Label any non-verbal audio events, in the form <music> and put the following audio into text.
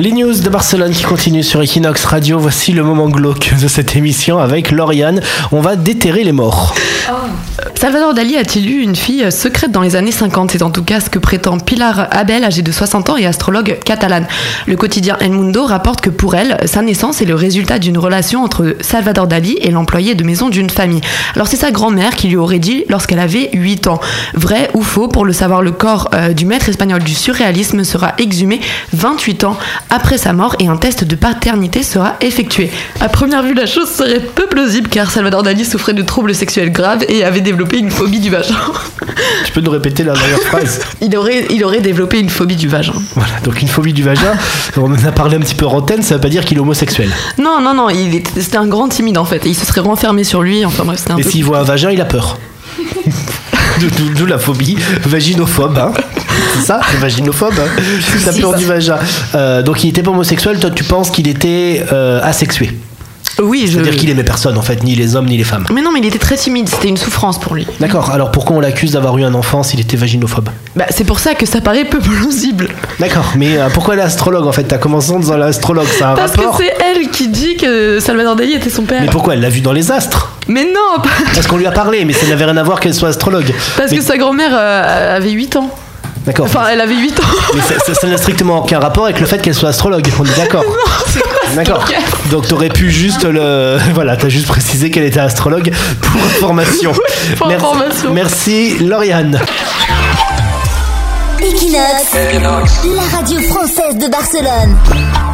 Les news de Barcelone qui continuent sur Equinox Radio. Voici le moment glauque de cette émission avec Lauriane. On va déterrer les morts. Salvador Dali a-t-il eu une fille euh, secrète dans les années 50 C'est en tout cas ce que prétend Pilar Abel, âgée de 60 ans et astrologue catalane. Le quotidien El Mundo rapporte que pour elle, sa naissance est le résultat d'une relation entre Salvador Dali et l'employé de maison d'une famille. Alors c'est sa grand-mère qui lui aurait dit lorsqu'elle avait 8 ans. Vrai ou faux Pour le savoir, le corps euh, du maître espagnol du surréalisme sera exhumé 28 ans après sa mort et un test de paternité sera effectué. À première vue, la chose serait peu plausible car Salvador Dali souffrait de troubles sexuels graves et avait développé une phobie du vagin. <laughs> Tu peux nous répéter la meilleure phrase Il aurait, il aurait développé une phobie du vagin. Voilà, donc une phobie du vagin. On en a parlé un petit peu en antenne, ça veut pas dire qu'il est homosexuel. Non, non, non, il était- c'était un grand timide en fait. Et il se serait renfermé sur lui. Enfin bref, c'était un Mais peu. s'il voit un vagin, il a <laughs> peur. D'où- D'où d'où la phobie vaginophobe. hein. C'est ça, le vaginophobe. hein. La Si, peur ça. du vagin. Euh, donc il était pas homosexuel, toi tu penses qu'il était euh, asexué. Oui, je. C'est-à-dire qu'il aimait personne en fait, ni les hommes ni les femmes. Mais non, mais il était très timide. C'était une souffrance pour lui. D'accord, alors pourquoi on l'accuse d'avoir eu un enfant s'il était vaginophobe Bah, c'est pour ça que ça paraît peu <laughs> plausible. D'accord, mais euh, pourquoi l'astrologue en fait T'as commencé en disant l'astrologue, ça a un Parce rapport que c'est elle qui dit que Salvador Dali était son père. Mais pourquoi Elle l'a vu dans les astres Mais non, pas- Parce qu'on lui a parlé, mais ça n'avait rien à voir qu'elle soit astrologue. parce Mais- que sa grand-mère euh, avait 8 ans. D'accord. Enfin, elle avait 8 ans. Mais ça- ça ça n'a strictement aucun rapport avec le fait qu'elle soit astrologue, on est <laughs> d'accord. D'accord. Donc t'aurais pu juste le. <laughs> Voilà, t'as juste précisé qu'elle était astrologue pour <laughs> information. pour merci, information. Merci Lauriane. Equinox, la radio française de Barcelone.